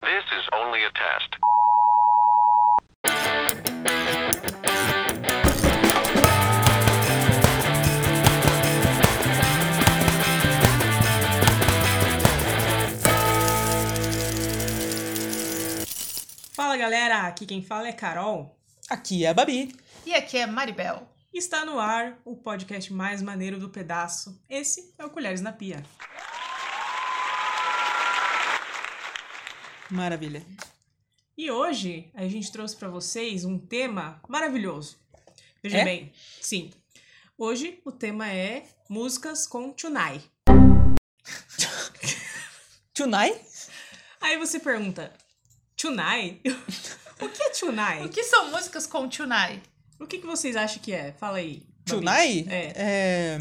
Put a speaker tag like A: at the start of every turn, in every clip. A: This is only a test.
B: Fala galera, aqui quem fala é Carol.
C: Aqui é a Babi.
D: E aqui é Maribel.
B: Está no ar o podcast mais maneiro do pedaço. Esse é o Colheres na Pia.
C: Maravilha.
B: E hoje a gente trouxe para vocês um tema maravilhoso. Veja
C: É?
B: bem, sim. Hoje o tema é músicas com Tunai.
C: Tonight?
B: Aí você pergunta, Tunai? o que é Tunai?
D: O que são músicas com Tunai?
B: O que, que vocês acham que é? Fala aí. Babi.
C: Tonight?
B: É.
C: É...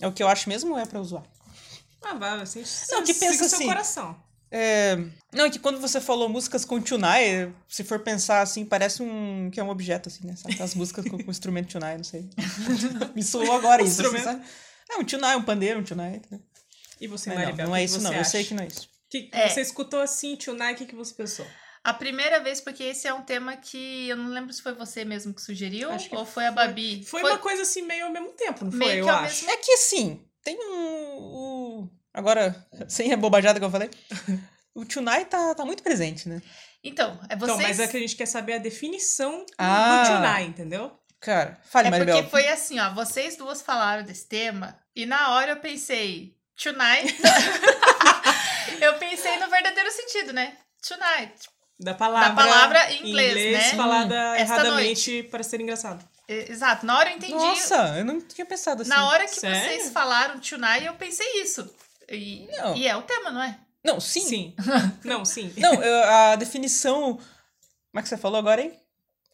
C: é o que eu acho mesmo ou é pra eu zoar?
B: Ah, vai, você
C: Não, que
B: siga
C: pensa
B: o seu
C: assim.
B: coração.
C: É... Não, é que quando você falou músicas com Tunai, se for pensar assim, parece um que é um objeto, assim, né? Sabe? As músicas com, com instrumento Tunai, não sei. Me soou agora isso, assim,
B: Um Instrumento.
C: sabe? É um Tunai, um pandeiro, um Tunai.
B: E você,
C: Mas
B: Maribel,
C: não,
B: o
C: não
B: que que
C: é isso,
B: você
C: não. Eu
B: acha?
C: sei que não é isso.
B: Que, que
D: É.
B: Você escutou assim, Tunai, o que, que você pensou?
D: A primeira vez, porque esse é um tema que eu não lembro se foi você mesmo que sugeriu
B: Acho que
D: ou foi a Babi.
B: Foi, uma coisa assim, meio ao mesmo tempo, não foi?
D: Meio que
B: eu
D: ao
B: acho.
C: É que assim, tem um. o- Agora, sem a bobajada que eu falei, o Tunai tá, tá muito presente, né?
D: Então, é vocês.
B: Então, mas é que a gente quer saber a definição
C: Ah.
B: do tunai, entendeu?
C: Cara, fale,
D: É
C: Maribel.
D: porque foi assim, ó. Vocês duas falaram desse tema e na hora eu pensei, Tunai. eu pensei no verdadeiro sentido, né? Tunai.
B: Da palavra,
D: Da palavra em inglês, né?
B: falada
D: Esta
B: erradamente para ser engraçado.
D: E- É, Exato. Na hora eu entendi.
C: Nossa, eu não tinha pensado assim.
D: na hora que
B: Sério?
D: vocês falaram Tunai, eu pensei isso. E,
C: Não.
D: e é o tema, não é?
C: Não, sim.
B: não, sim.
C: Não, eu- a definição. Como é que você falou agora, hein?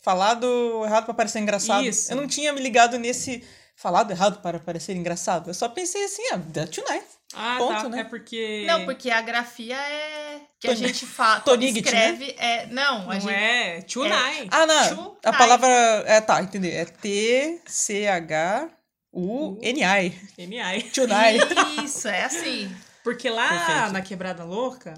C: Falado errado para parecer engraçado.
B: Isso.
C: Eu não tinha me ligado nesse falado errado para parecer engraçado. Eu só pensei assim, ah, that's tonight.
B: Ah, tá.
C: ponto, né?
B: É porque.
D: Não, porque a grafia é. Que a
C: Toni-
D: gente fala.
C: Tonigit,
B: né?
D: escreve é. Não, a
B: Não
D: gente.
B: é tunai.
C: Ah, não.
D: Tonight.
C: A palavra. É, tá, entendi. É T-C-H-U-N-I.
B: MI.
C: Tonight.
D: Isso, é assim.
B: Porque lá
C: Perfeito.
B: na Quebrada Louca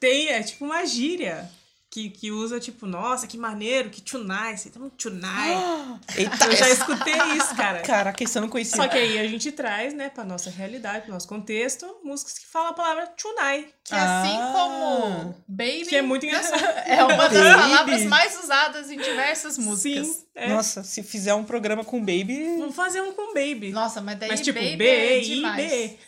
B: tem, é tipo uma gíria que, que usa, tipo, nossa, que maneiro, que tunai. Você tem um tunai.
C: Eita,
B: Eu já
C: essa-
B: escutei isso, cara.
C: caraca, isso eu não conhecia.
B: Só que aí a gente traz, né, pra nossa realidade, pro nosso contexto, músicas que falam a palavra tunai.
D: Que assim
C: Ah.
D: como baby.
B: Que é muito engraçado.
D: É uma das
C: Baby.
D: palavras mais usadas em diversas músicas.
B: Sim. é.
C: Nossa, se fizer um programa com Baby.
B: Vamos fazer um com baby.
D: Nossa, mas daí
B: Mas tipo,
D: baby
B: B,
D: é
B: I,
D: demais.
B: B.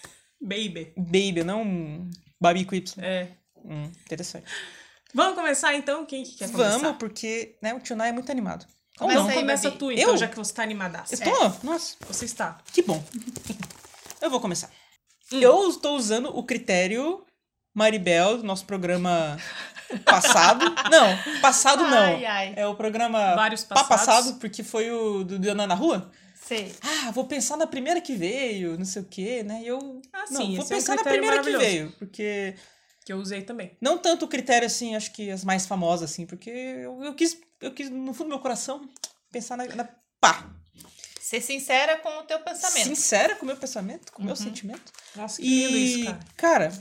B: Baby.
C: Baby, não um Babi com Y.
B: É.
C: Hum, interessante.
B: Vamos começar então? Quem que quer começar?
C: Vamos, porque né, o Tunai é muito animado. Ou
D: Começa
C: não.
B: Então
D: aí,
B: começa
D: Babi.
B: tu, então,
C: Eu?
B: já que você tá animadaça.
C: Estou? Nossa,
B: Você está.
C: que bom. Eu vou começar.
B: Hum.
C: Eu estou usando o critério Maribel do nosso programa passado. não, passado
D: Ai,
C: não.
D: ai.
C: É o programa
B: Vários
C: Pá
B: passados.
C: Passado, porque foi o do do Ana na Rua.
D: Sei.
C: Ah, vou pensar na primeira que veio, não sei o quê, né? E Eu.
B: Ah,
C: não,
B: sim,
C: vou
B: esse é um
C: pensar
B: critério
C: na primeira que
B: maravilhoso.
C: veio, porque
B: Que eu usei também.
C: Não tanto o critério, assim, acho que as mais famosas, assim, porque eu, eu quis, eu quis, no fundo do meu coração, pensar na, na pá.
D: Ser sincera com o teu pensamento.
C: Sincera com o meu pensamento, com o meu
D: Uhum.
C: sentimento.
B: Nossa, que lindo
C: E,
B: isso, cara.
C: cara.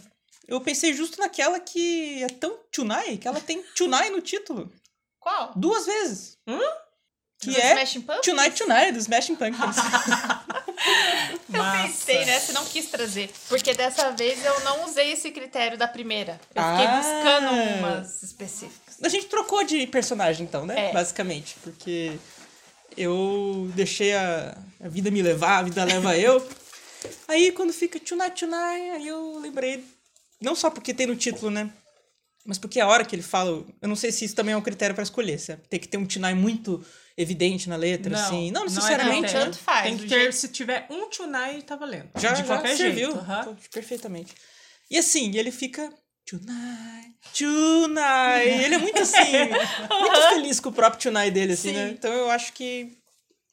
C: eu pensei justo naquela que é tão tunai, que ela tem tunai no título.
D: Qual?
C: Duas vezes.
B: Hum?
C: Que
D: Dos
C: é
D: Smashing Pumpkins?
C: Tunai Tunai, dos Smashing Pumpkins.
D: Eu
B: Massa.
D: pensei, né? Você não quis trazer. Porque dessa vez eu não usei esse critério da primeira. Eu fiquei
C: Ah.
D: buscando umas específicas.
C: A gente trocou de personagem, então, né?
D: É.
C: Basicamente. Porque eu deixei a, a vida me levar, a vida leva eu. Aí quando fica tchunai tchunai, aí eu lembrei. Não só porque tem no título, né? Mas porque a hora que ele fala. Eu não sei se isso também é um critério pra escolher. Se é- tem que ter um tchunai muito evidente na letra,
B: Não,
C: assim.
B: não
C: Não
B: é
C: necessariamente,
B: critério.
C: né?
D: Tanto faz.
B: Tem
D: do
B: que ter,
D: jeito-
B: se tiver um tunai, tá valendo.
C: Já,
B: De
C: já
B: qualquer
C: serviu.
B: jeito. aham.
C: Pô, Perfeitamente. E assim, ele fica. Tonight, tonight. Ele é muito assim, muito feliz com o próprio tonight dele, assim, né?
D: Sim.
C: Então eu acho que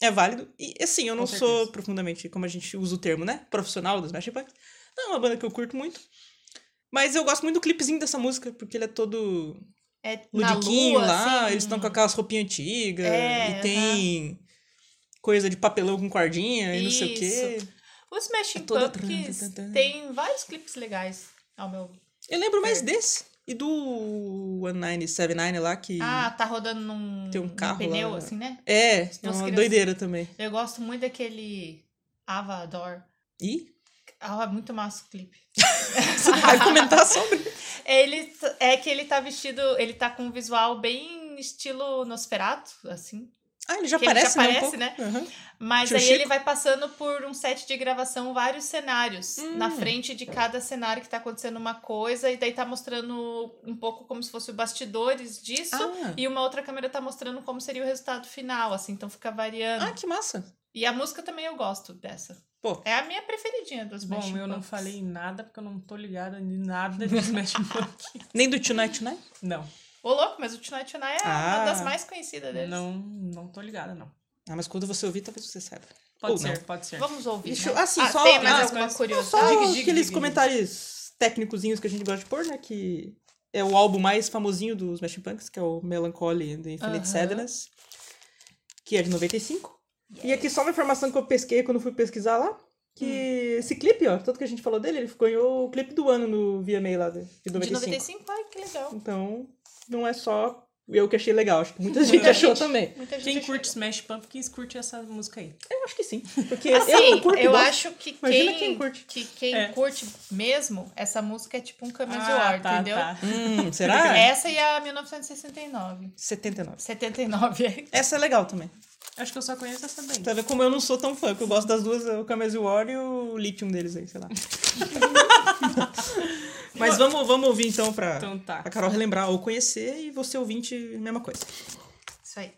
C: é válido. E assim, eu não
B: Com
C: sou
B: certeza.
C: profundamente, como a gente usa o termo, né? Profissional dos Smash Pumpkins. Não é uma banda que eu curto muito. Mas eu gosto muito do clipezinho dessa música, porque ele é todo
D: É na
C: ludiquinho
D: lua,
C: lá,
D: assim.
C: eles estão com aquelas roupinhas antigas,
D: É,
C: e
D: aham.
C: tem coisa de papelão com cordinha e não sei o quê.
D: Os Smashing
C: É toda
D: Pumpkins
C: tran- tran- tran-
D: tem vários clipes legais ao meu.
C: É. Eu lembro mais desse. E do 1979 lá, que
D: Ah, tá rodando num,
C: Tem um
D: num
C: carro lá,
D: pneu,
C: né?
D: assim, né?
C: é, é
D: Nossa,
C: uma
D: criança.
C: doideira também.
D: Eu gosto muito daquele Avador.
C: Ih,
D: Ah, é muito massa o clipe.
C: você vai comentar sobre.
D: Ele t- é que ele tá vestido, ele tá com um visual bem estilo Nosferatu, assim.
C: Ah, ele já
D: Que ele já
C: aparece, né?
D: aparece,
C: um pouco. Aham.
D: Mas
C: Tio
D: aí
C: Chico?
D: ele vai passando por um set de gravação, vários cenários.
C: Hum.
D: Na frente de cada cenário que tá acontecendo uma coisa, e daí tá mostrando um pouco como se fosse o bastidores disso.
C: Ah,
D: E uma outra câmera tá mostrando como seria o resultado final, assim, então fica variando.
C: ah, que massa.
D: E a música também eu gosto dessa.
C: Pô.
D: É a minha preferidinha das
B: Bom,
D: Smashing
B: eu não
D: Pumpkins.
B: falei nada porque eu não tô ligada de nada de Smash Pumpkins.
C: Nem do Tonight Tonight?
B: Não,
D: Ô, louco, mas o Tonight Tonight é
C: Ah.
D: uma das mais conhecidas deles.
B: não, não tô ligada, não.
C: Ah, mas quando você ouvir, talvez você saiba.
B: Pode
C: Ou
B: ser,
C: não.
B: pode ser.
D: Vamos ouvir.
C: Deixa eu-
D: né?
C: assim,
D: Ah,
C: só-
D: Tem mais
B: ah,
D: alguma
B: só-
C: Só
D: curiosidade?
B: Diga, diga,
C: aqueles
B: diga.
C: comentários técnicozinhos que a gente gosta de pôr, né? Que é o álbum mais famosinho dos Smashing Punks, que é o Melancholy and the Infinite
D: Aham.
C: Sadness, que é de 95. E aqui só uma informação que eu pesquei quando fui pesquisar lá, que esse clipe, ó, tanto que a gente falou dele, ele ganhou o clipe do ano no VMA lá de de 95.
D: De 95? Ai, que legal.
C: Então, não é só eu que achei legal, acho que muita gente
D: Muita
C: achou
D: gente.
C: também.
D: Muita gente
B: Quem
D: achou
B: curte Smash Pumpkins, curte essa música aí.
C: Eu acho que sim, porque
D: Assim,
C: eu
D: eu
C: não curto gosto.
D: acho que
C: Imagina
D: quem,
C: quem curte.
D: que quem
B: É.
D: curte mesmo, essa música é tipo um Camus
B: Ah,
D: War,
B: tá,
D: entendeu?
C: Hum, Ah, tá, será?
D: Essa e a 1969.
C: 79.
D: 79.
C: Essa é legal também.
B: Acho que eu só conheço essa daí.
C: Tá vendo como eu não sou tão fã, porque eu gosto das duas, o Kamezi War e o Lithium deles aí, sei lá. Mas vamos, vamos ouvir então pra,
B: Então tá.
C: pra Carol relembrar ou conhecer e você ouvinte, mesma coisa.
D: Isso aí.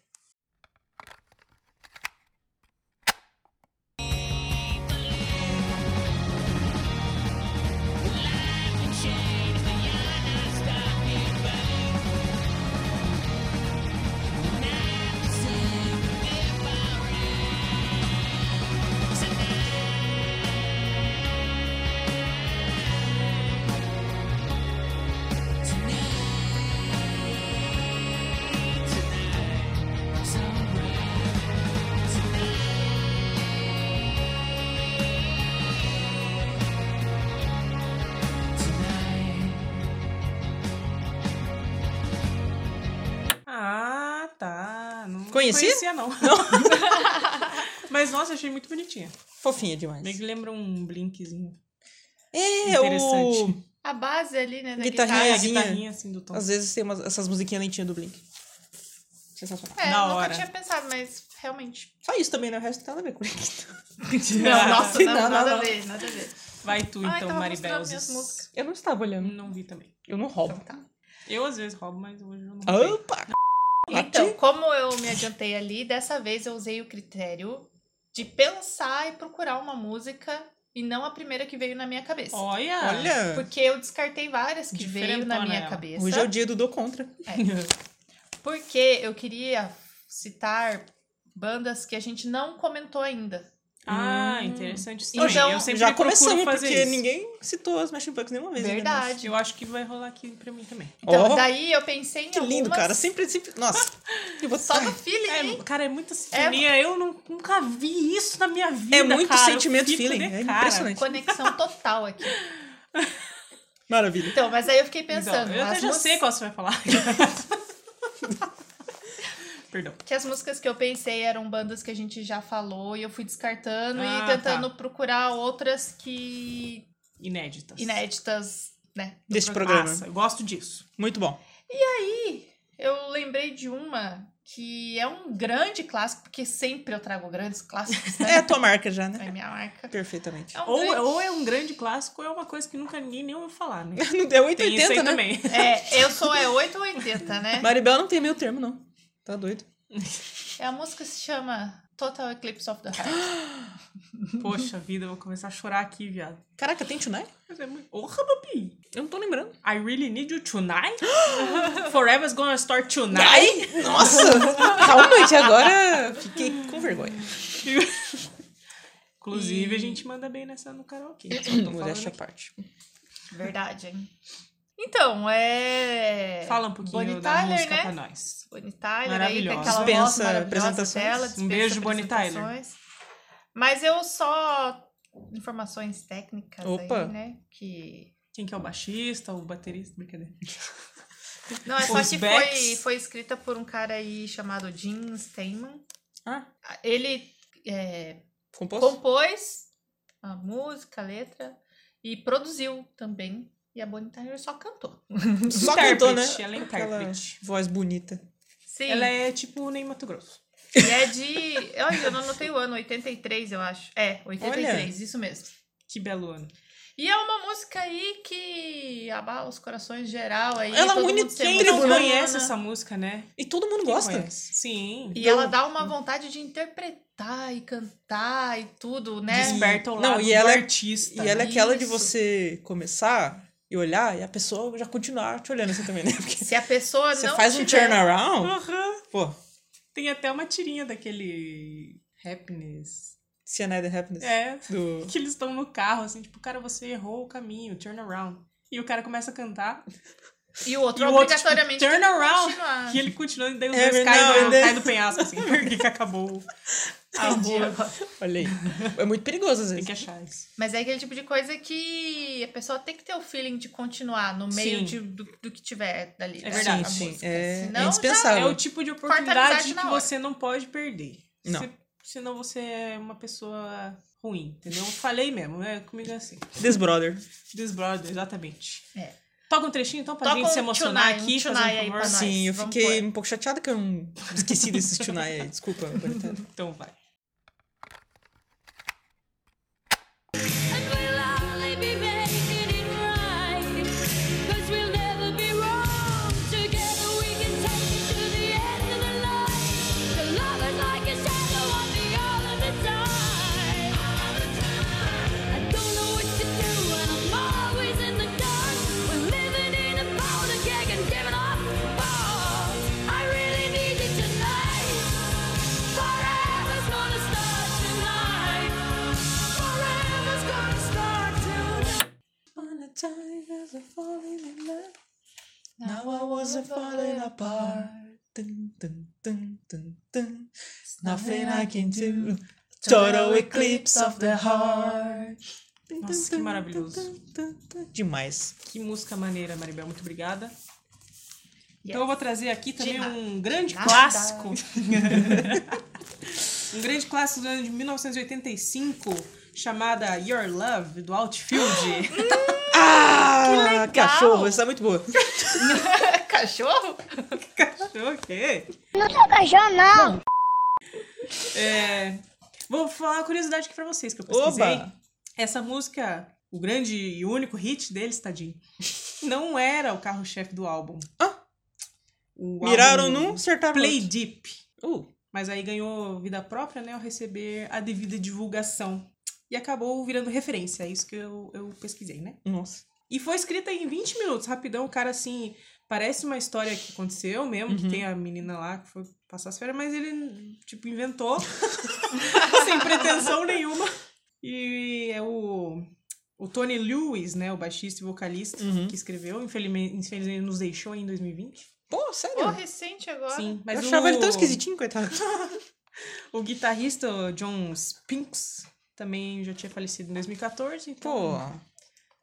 B: Ah, tá. Não
C: Conhecia?
B: conhecia, não. Mas, nossa, achei muito bonitinha.
C: Fofinha demais.
B: Meio que lembra um blinkzinho.
C: É, o...
B: Interessante.
D: A base ali, né? Da
C: Guitarrinha,
D: guitarra.
B: É, a
C: Guitarrinha.
B: guitarrinha, assim, do Tom.
C: Às vezes tem umas, essas musiquinhas lentinhas do Blink. Sensacional.
D: É,
B: Na
D: eu nunca
B: hora.
D: tinha pensado, mas realmente.
C: Só isso também, né? O resto não tem nada a ver com Blink.
D: Não, nossa, não,
C: Não, não,
D: nada a
C: não.
D: ver, nada a ver.
B: Vai tu,
D: Ai,
B: então,
D: tava
B: Maribel.
D: mostrando minhas músicas.
C: Eu não estava olhando.
B: Não vi também.
C: Eu não roubo.
D: Então tá.
B: Eu, às vezes, roubo, mas hoje eu não roubei.
C: Opa!
D: Então, como eu me adiantei ali, dessa vez eu usei o critério de pensar e procurar uma música e não a primeira que veio na minha cabeça.
B: Olha!
C: Ah, Olha!
D: Porque eu descartei várias que veio na
B: Diferentona
D: minha
B: ela.
D: cabeça.
C: Hoje é o dia do Dou Contra.
D: Porque eu queria citar bandas que a gente não comentou ainda.
B: ah,
C: Hum.
B: interessante isso
D: Então,
B: também. eu sempre
C: Já
B: procuro
C: começamos,
B: fazer
C: porque
B: isso.
C: ninguém citou as Smashing Pucks nenhuma vez. né?
D: Verdade.
B: Eu acho que vai rolar aqui pra mim também.
D: Então,
C: Ó.
D: daí eu pensei em
C: Que lindo,
D: algumas-
C: cara. Sempre, sempre. Nossa. Eu vou...
D: Só no feeling, hein?
B: É, cara, é muita sintonia. Eu não- nunca vi isso na minha vida.
C: É muito
B: cara. Eu
C: sentimento
B: fico
C: feeling,
B: de
C: é
B: cara.
C: impressionante.
D: Conexão total aqui.
C: Maravilha.
D: Então, mas aí eu fiquei
B: Então,
D: pensando.
B: eu até
D: as
B: já
D: mus-
B: sei qual você vai falar. Perdão.
D: que as músicas que eu pensei eram bandas que a gente já falou e eu fui descartando
B: Ah,
D: e tentando procurar outras que
B: Inéditas.
D: inéditas, né?
C: Deste programa.
B: Massa, eu gosto disso.
C: Muito bom.
D: Aí eu lembrei de uma que é um grande clássico, porque sempre eu trago grandes clássicos, né?
C: É a tua marca já, né?
D: É minha marca.
C: Perfeitamente.
D: É um
B: Ou,
D: grande-
B: ou é um grande clássico, ou é uma coisa que nunca ninguém nem ouviu falar, né?
C: Não deu
B: Tem isso aí
C: 880, né?
B: também.
D: É, eu sou é 8 ou 80, né?
C: Maribel não tem meio termo, não. Tá doido.
D: É a música que se chama Total Eclipse of the Heart.
B: Poxa vida, eu vou começar a chorar aqui, viado.
C: Caraca, tem Tonight?
B: Mas é muito... Porra, papi!
C: Eu não tô lembrando.
B: I really need you tonight? Forever's gonna start tonight?
C: Ai! Nossa! Calma, gente. Agora fiquei com vergonha.
B: Inclusive,
D: E-
B: a gente manda bem nessa no karaokê. Só tô falando
C: Modéstia à
B: aqui.
C: parte.
D: Verdade, hein? Então, é.
B: Fala um pouquinho
D: Bonnie
B: da
D: Tyler,
B: música
D: né?
B: pra nós.
D: Bonnie Tyler, aí tem
B: Maravilhosa.
D: aquela voz
C: Dispensa
D: maravilhosa
C: apresentações.
D: dela.
C: Um
D: dispensa
B: beijo, Bonnie Tyler.
D: apresentações. Mas eu só... Informações técnicas
C: Opa.
D: aí, né? Que
B: Quem que é o baixista, o baterista, brincadeira.
D: Não, é só
B: Os
D: que foi,
B: backs.
D: foi escrita por um cara aí chamado Jim Steinman.
C: Ah,
D: Ele é,
C: composto?
D: compôs a música, a letra e produziu também. E a Bonnie Tyler só cantou.
C: Só cantou, né?
B: Intérprete, ela é
C: Aquela
B: intérprete.
C: voz bonita.
D: Sim,
B: Ela é tipo o Ney Mato Grosso.
D: e é de. Olha, eu não anotei o ano, 83, eu acho. É, 83, isso mesmo.
B: Que belo ano.
D: E é uma música aí que abala os corações geral. Aí,
C: Ela é
D: todo
C: muito
D: mundo se
C: quem
B: Quem não
C: Tribuna.
D: emociona.
B: conhece essa música, né?
C: E todo mundo
B: Quem
C: gosta.
B: conhece? Sim.
D: E ela dá uma vontade de interpretar e cantar e tudo, né?
B: Desperta o
C: Não,
B: lado
C: e
B: do
C: ela é-
B: artista. né?
C: E ela é aquela de
D: Isso.
C: você começar e olhar e a pessoa já continuar te olhando assim também, né? Porque
D: Se a pessoa
C: você
D: não
C: faz um
D: tiver-
C: turnaround,
B: Aham.
C: pô,
B: Tem até uma tirinha daquele Happiness.
C: Cyanide Happiness.
B: É,
C: Do...
B: que eles estão no carro, assim, tipo, cara, você errou o caminho, turn around. E o cara começa a cantar,
D: E o outro
B: E o outro,
D: obrigatoriamente
B: tipo,
D: tem que
B: turn around.
D: continuar.
B: e ele continua, e daí os
C: É,
B: dois caem
C: não,
B: do,
C: e daí-
B: caem do penhasco, assim, porque que acabou. a
D: Entendi
B: rua.
D: agora.
C: Olha aí. É muito perigoso às
B: Tem
C: vezes.
B: que achar isso.
D: Mas é aquele tipo de coisa que a pessoa tem que ter o feeling de continuar no meio
B: Sim.
D: de- do, do que tiver dali. né,
B: É verdade.
D: a
C: Sim, sim.
D: música.
C: É,
D: Senão
C: é
D: já-
C: indispensável.
B: É o tipo de
D: a amizade
B: oportunidade
D: na
B: que
D: hora.
B: você não pode perder.
C: Não.
B: Se- senão você é uma pessoa ruim, entendeu? Falei mesmo, é comigo é assim.
C: This Brother.
B: This Brother, exatamente.
D: É.
B: Toca um trechinho então pra
D: Toca
B: gente se
D: um
B: emocionar
D: Tunai, um
B: aqui,
D: Tunai
B: fazendo
D: aí
B: favor.
D: pra nós.
C: Sim, eu
D: vamos
C: fiquei
D: pôr.
C: um pouco chateada que eu não esqueci desses Tunai aí. Desculpa, Bonitana.
B: Então vai.
A: We'll only be making it right, 'cause we'll never be wrong. Together we can take it to the end of the line. 'Cause love is like a shadow on me all of the time. I don't know what to do and I'm always in the dark. We're living in a powder keg and giving off balls. I really need you tonight. Forever's gonna start tonight. Forever's gonna start tonight.
C: On a time as I falling in love. Now I wasn't falling apart. Dun, dun, dun, dun, dun. Nothing I can do. Total eclipse of the heart. Dun,
B: Nossa,
C: dun,
B: que
C: dun,
B: maravilhoso.
C: dun, dun, dun. Demais.
B: Que música maneira, Maribel. Muito obrigada.
D: Yes.
B: Então eu vou trazer aqui também
D: nada.
B: um grande
D: nada.
B: clássico. um grande clássico do ano de 1985, chamada Your Love, do Outfield.
C: Ah,
D: legal!
C: cachorro, essa é muito boa.
D: Cachorro?
B: Cachorro, o quê?
E: Não sou cachorro, não.
B: É, Vou falar uma curiosidade aqui pra vocês, que eu pesquisei.
C: Oba!
B: Essa música, o grande e único hit deles, tadinho, não era o carro-chefe do álbum.
C: Ah.
B: O
C: Miraram
B: álbum
C: num, acertaram
B: Play
C: no
B: Deep.
C: outro. Uh,
B: Mas aí ganhou vida própria, né? Ao receber a devida divulgação. E acabou virando referência, é isso que eu, eu pesquisei, né?
C: nossa.
B: E foi escrita em 20 minutos, rapidão. O cara, assim, parece uma história que aconteceu mesmo,
C: Uhum.
B: que tem a menina lá que foi passar as férias, mas ele, tipo, inventou, sem pretensão nenhuma. E é o, o Tony Lewis, né, o baixista e vocalista,
C: Uhum.
B: que escreveu. Infelizmente, infelizmente, nos deixou em 2020.
C: Pô, sério?
D: Ô, recente agora.
B: Sim,
C: eu
B: mas o,
C: achava ele tão esquisitinho, coitado.
B: o guitarrista o John Spinks também já tinha falecido em 2014, então...
C: Pô,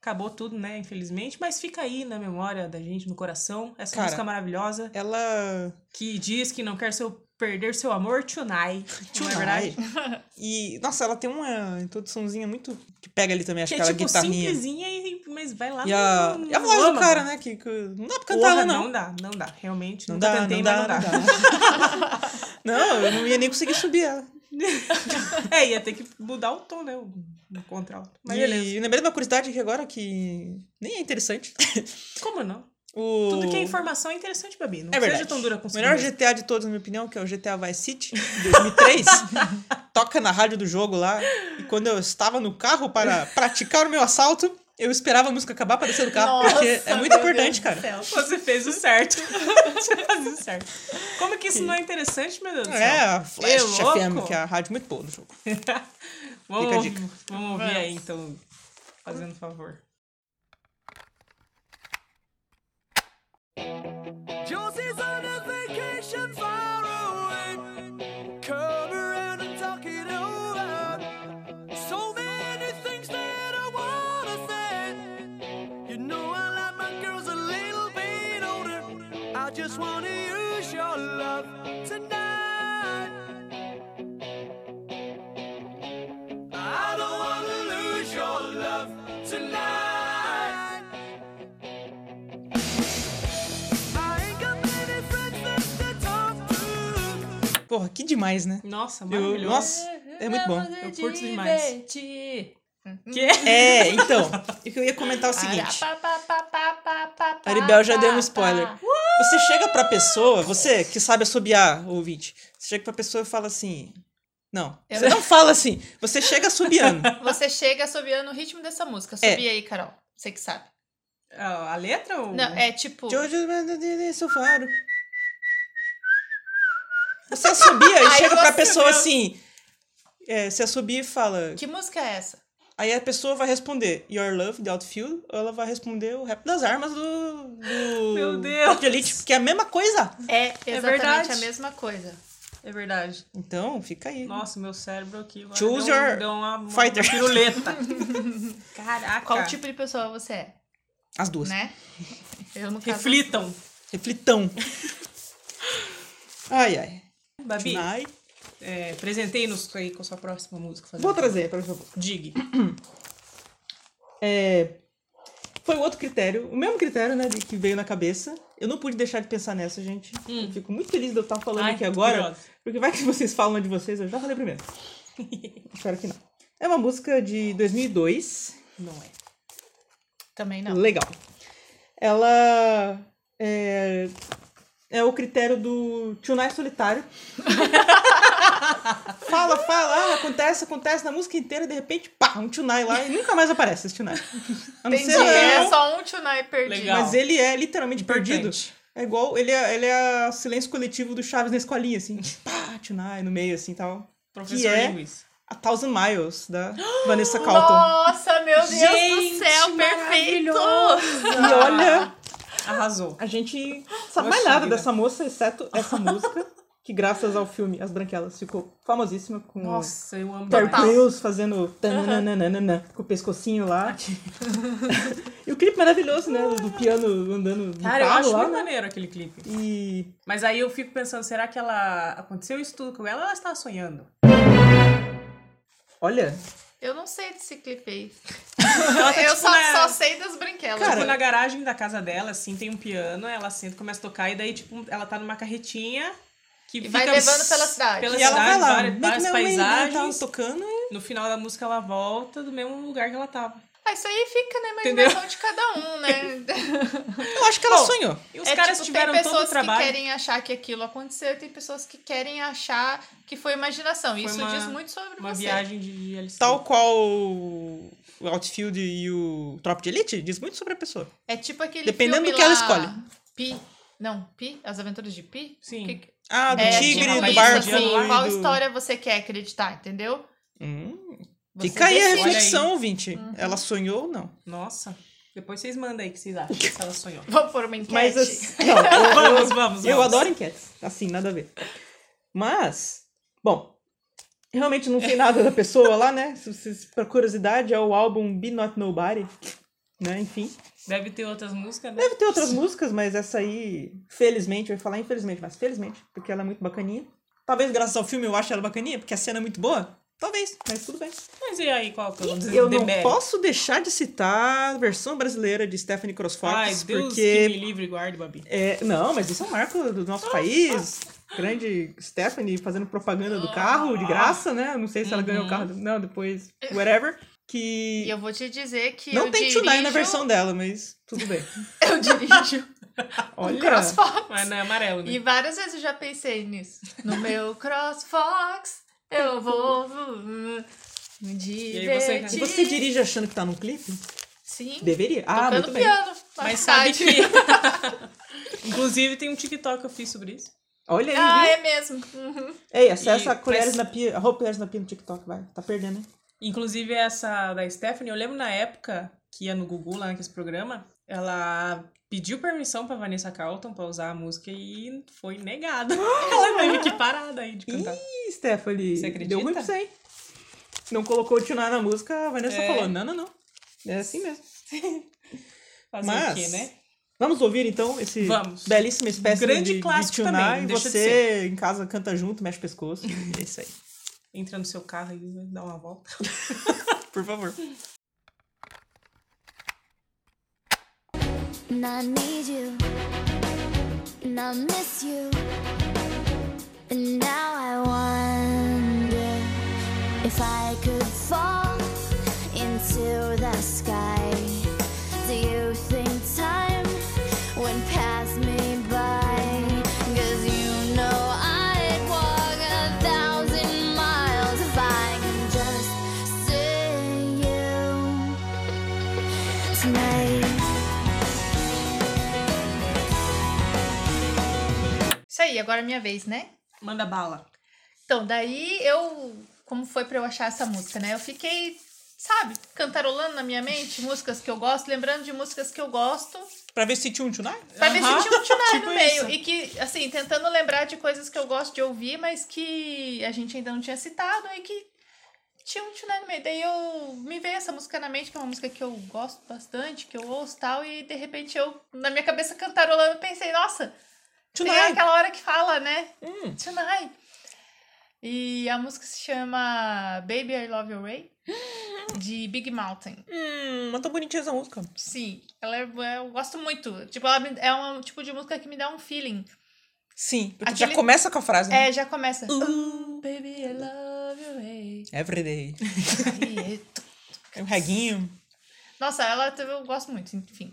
B: Acabou tudo, né? Infelizmente. Mas fica aí na memória da gente, no coração. Essa
C: Cara,
B: música maravilhosa
C: ela.
B: que diz que não quer seu, perder seu amor, Tunai. Não é verdade?
C: E, nossa, ela tem uma introduçãozinha muito. que pega ali também, acho
B: Que é
C: aquela
B: tipo
C: guitarrinha.
B: simplesinha, e- mas vai lá
C: E a,
B: no-
C: e a
B: no
C: voz do
B: âmago.
C: cara, né? Que, que não dá pra cantar
B: Porra,
C: ela, não.
B: não. dá, não dá. Realmente,
C: Não
B: nunca
C: dá,
B: tentei,
C: não
B: mas
C: dá, não dá. Não, eu não ia nem conseguir subir ela.
B: É, ia ter que mudar o tom, né? O, o contralto. Mas beleza.
C: E lembrei de uma curiosidade aqui agora que nem é interessante.
B: Como não?
C: O...
B: Tudo que é informação é interessante, Babi. Não
C: É verdade.
B: seja tão dura com
C: O melhor
B: jeito.
C: GTA de todos, na minha opinião, que é o GTA Vice City, de 2003. toca na rádio do jogo lá. E quando eu estava no carro para praticar o meu assalto, eu esperava a música acabar para descer do carro.
D: Nossa,
C: porque é muito
D: meu
C: importante,
D: Deus do
C: cara.
D: céu.
B: Você fez o certo. Você fez o certo. Como que isso não é interessante, meu Deus do céu?
C: É, a Flash
B: Ê,
C: FM,
B: louco.
C: que é a rádio muito boa no jogo.
B: Vamos,
C: Fica a dica.
B: vamos ouvir
D: Vamos.
B: aí, então, fazendo favor.
F: Josie's on a vacation far away. Come around and talk it over. So many things that I wanna say. You I just wanna use your love tonight. I don't wanna lose your love tonight. I ain't got many friends left to talk to.
C: Porra, que demais, né?
B: Nossa,
C: Eu,
B: maravilhoso.
C: nossa, é muito bom.
B: Eu curto demais.
C: É, então, o que eu ia comentar é o seguinte.
D: Ah, tá.
C: Aribel já deu um spoiler. Você chega pra pessoa, você que sabe assobiar, ouvinte, você chega pra pessoa e fala assim. Não,
D: Eu
C: você
D: não-
C: não fala assim, você chega assobiando.
D: Você chega assobiando o ritmo dessa música.
C: É.
D: Subia aí, Carol. Você que sabe.
B: Ah, A, a letra ou...
D: Não, é tipo.
C: De hoje eu mando de sofaro. Você assobia e
D: Aí
C: chega pra
D: você
C: pessoa
D: viu.
C: assim. É, você assobia e fala.
D: Que música é essa?
C: Aí a pessoa vai responder Your Love, The Outfield, ou ela vai responder o rap das armas do. do
B: Meu Deus.
C: de Elite, porque é a mesma coisa.
D: É exatamente
B: verdade.
D: a mesma coisa.
B: É verdade.
C: Então, fica aí.
B: Nossa, meu cérebro aqui agora
C: Choose
B: deu, um-
C: your
B: deu uma, uma
C: fighter.
B: piruleta. Caraca.
D: Qual tipo de pessoa você é,
C: As duas.
D: né? Eu no
B: um.
D: caso.
B: Reflitam.
C: Reflitão. ai, ai.
B: Babi,
C: Tonight.
B: é, presentei-nos aí com a sua próxima música. fazendo-
C: Vou trazer, por favor.
B: Dig.
C: É, foi outro critério, o mesmo critério, né, de- que veio na cabeça. Eu não pude deixar de pensar nessa, gente. Eu fico muito feliz de eu estar falando
B: Hum. Ai,
C: aqui
B: tô
C: agora,
B: curiosa.
C: porque vai que vocês falam de vocês, eu já falei primeiro. Espero que não. É uma música de 2002, não é?
D: Também não.
C: Legal. Ela é, é o critério do Tunai solitário. fala, fala, ah, acontece, acontece na música inteira, de repente, pá, um Tunai lá e nunca mais aparece esse Tunai. A não
D: Entendi.
C: ser
D: É
C: eu-
D: só um tonight perdido.
B: Legal.
C: mas ele é literalmente perdido.
B: Importante.
C: É igual, ele é, ele é o silêncio coletivo do Chaves na escolinha, assim. Pá, Tunai, no meio, assim, tal.
B: Professor
C: que é
B: Linguiz.
C: A Thousand Miles, da Vanessa Calton.
D: Nossa, meu Deus
B: Gente,
D: do céu, perfeito!
C: E olha,
B: Arrasou.
C: a gente né? não sabe mais
B: Poxa
C: nada
B: vida.
C: dessa moça, exceto essa música, que graças ao filme As Branquelas ficou famosíssima com
B: Nossa, eu amo
C: Terry
B: demais.
C: Crews fazendo tananana, com o pescocinho lá. e o clipe maravilhoso, né? Do piano andando no
D: tá
B: Cara, eu
C: carro
B: acho
C: lá,
B: muito
C: né?
B: maneiro aquele clipe.
C: E
B: Mas aí eu fico pensando, será que ela aconteceu isso tudo com ela ou ela estava sonhando?
C: olha,
D: Eu não sei desse clipe aí.
B: Ela tá,
D: eu
B: tipo,
D: só,
B: na-
D: só sei das branquelas.
B: Tipo, na garagem da casa dela, assim, tem um piano, ela senta, começa a tocar, e daí, tipo, ela tá numa carretinha que
D: E
B: fica...
D: vai levando pela cidade.
B: Pela
C: E ela vai
B: cidade,
C: lá,
B: várias, várias
C: make my
D: né,
C: way,
B: paisagens.
C: tal, tá tocando. e-
B: No final da música, ela volta do mesmo lugar que ela tava.
D: Ah, isso aí fica na
B: Entendeu?
D: imaginação de cada um, né?
C: Eu acho que ela sonhou.
B: E os caras
D: tipo,
B: tiveram
D: tem
B: todo o
D: pessoas
B: trabalho.
D: que querem achar que aquilo aconteceu e tem pessoas que querem achar que foi imaginação. Isso
B: uma-
D: diz muito sobre
B: Uma
D: você.
B: viagem de, de LC.
C: Tal qual o Outfield e o Tropa de Elite, diz muito sobre a pessoa.
D: É tipo aquele
C: Dependendo
D: filme
C: do que ela
D: lá,
C: escolhe.
D: Pi. Não, Pi? As Aventuras de Pi?
B: Sim.
D: Que-
C: Ah, do
D: é,
C: tigre,
D: tipo
C: do
D: isso,
C: barco.
D: assim,
C: lá e
D: qual
C: do-
D: história você quer acreditar, entendeu?
C: Hum,
D: Você
C: fica aí a
D: decide. Uhum.
C: reflexão, ouvinte. Ela sonhou ou não?
B: Nossa. Depois vocês mandam aí o que vocês acham, se ela sonhou.
D: Vamos pôr uma enquete.
C: Mas assim, não, eu-
B: Vamos, vamos,
C: Eu
B: vamos.
C: adoro enquetes. Assim, nada a ver. Mas, bom, realmente não sei nada da pessoa lá, né? Se vocês, pra curiosidade, é o álbum Be Not Nobody. Né? Enfim.
B: Deve ter outras músicas, né?
C: Deve ter outras músicas, mas essa aí, felizmente, eu ia falar infelizmente, mas felizmente, porque ela é muito bacaninha. Talvez graças ao filme eu ache ela bacaninha, porque a cena é muito boa. Talvez, mas tudo bem.
B: Mas e aí, qual que é o nome?
C: Eu não
B: Demérito.
C: posso deixar de citar a versão brasileira de Stephanie Cross Fox,
B: Ai, Deus que me
C: porque...
B: livre e guarde, Babi.
C: é, não, mas isso é um marco do nosso país. Grande Stephanie fazendo propaganda do carro, de graça, né? Eu não sei se ela ganhou o carro. Não, depois, whatever. Que...
D: E eu vou te dizer que
C: Não
D: eu
C: tem
D: dirijo...
C: Tunai na versão dela, mas tudo bem.
D: Eu dirijo
C: Olha,
D: CrossFox.
B: Mas não é amarelo, né?
D: E várias vezes eu já pensei nisso. No meu CrossFox, eu vou hum, me
B: aí você-
D: divertir.
C: Se você dirige achando que tá num clipe,
D: Sim,
C: deveria. Ah,
D: tocando
C: muito bem.
D: piano. na
B: Mas sabe
D: cidade.
B: que... Inclusive, tem um TikTok que eu fiz sobre isso.
C: Olha aí,
D: Ah,
C: viu?
D: é mesmo. Uhum.
C: Ei, acessa
B: E-
C: colheres
B: mas-
C: na pia, arroba colheres na pia no TikTok, vai. Tá perdendo, né?
B: Inclusive, essa da Stephanie, eu lembro na época que ia no Gugu lá nesse programa, ela pediu permissão pra Vanessa Carlton pra usar a música e foi negada. ela teve que parar daí de cantar.
C: Ih, Stephanie,
B: Você acredita?
C: deu ruim pra você, hein? Não colocou o Tunai na música, a Vanessa
B: É.
C: falou, não, não, não. É assim mesmo.
B: Fazer
C: Mas-
B: o quê, né?
C: Vamos ouvir então esse
B: Vamos.
C: belíssima espécie
B: Grande
C: de,
B: clássico
C: de tunar
B: também, não
C: e
B: deixa de
C: você em casa canta junto, mexe o pescoço. É isso aí.
B: Entra no seu carro e né, dá uma volta.
C: Por favor.
E: And I need you. And I miss you. And now I wonder if I could fall into the sky. Do you think time went past me by? Cause you know I'd walk a thousand miles if I can just see you tonight.
D: Isso aí, agora é minha vez, né?
B: Manda bala.
D: Então, daí eu. Como foi pra eu achar essa música, né? Eu fiquei, sabe, cantarolando na minha mente músicas que eu gosto, lembrando de músicas que eu gosto,
C: Pra ver se tinha um tunar?
D: pra ver
B: Aham.
D: se tinha um tonight
B: Tipo
D: no meio.
B: isso.
D: E que, assim, tentando lembrar de coisas que eu gosto de ouvir, mas que a gente ainda não tinha citado e que tinha um tonight no meio. Daí eu me veio essa música na mente, que é uma música que eu gosto bastante, que eu ouço e tal, e de repente eu, na minha cabeça cantarolando, eu pensei, nossa, tem
C: Tonight.
D: aquela hora que fala, né?
B: Hum.
D: Tonight. E a música se chama Baby I Love Your Way, de Big Mountain.
C: Hum, mas tão bonitinha essa música.
D: Sim, ela é, eu gosto muito. Tipo, ela me- é um tipo de música que me dá um feeling.
C: Sim, porque
D: Aquele-
C: já começa com a frase, né?
D: É, já começa. Ooh, baby, I love your way.
C: Everyday.
D: Aí, é-
C: É um reguinho.
D: Nossa, ela teve- eu gosto muito, enfim.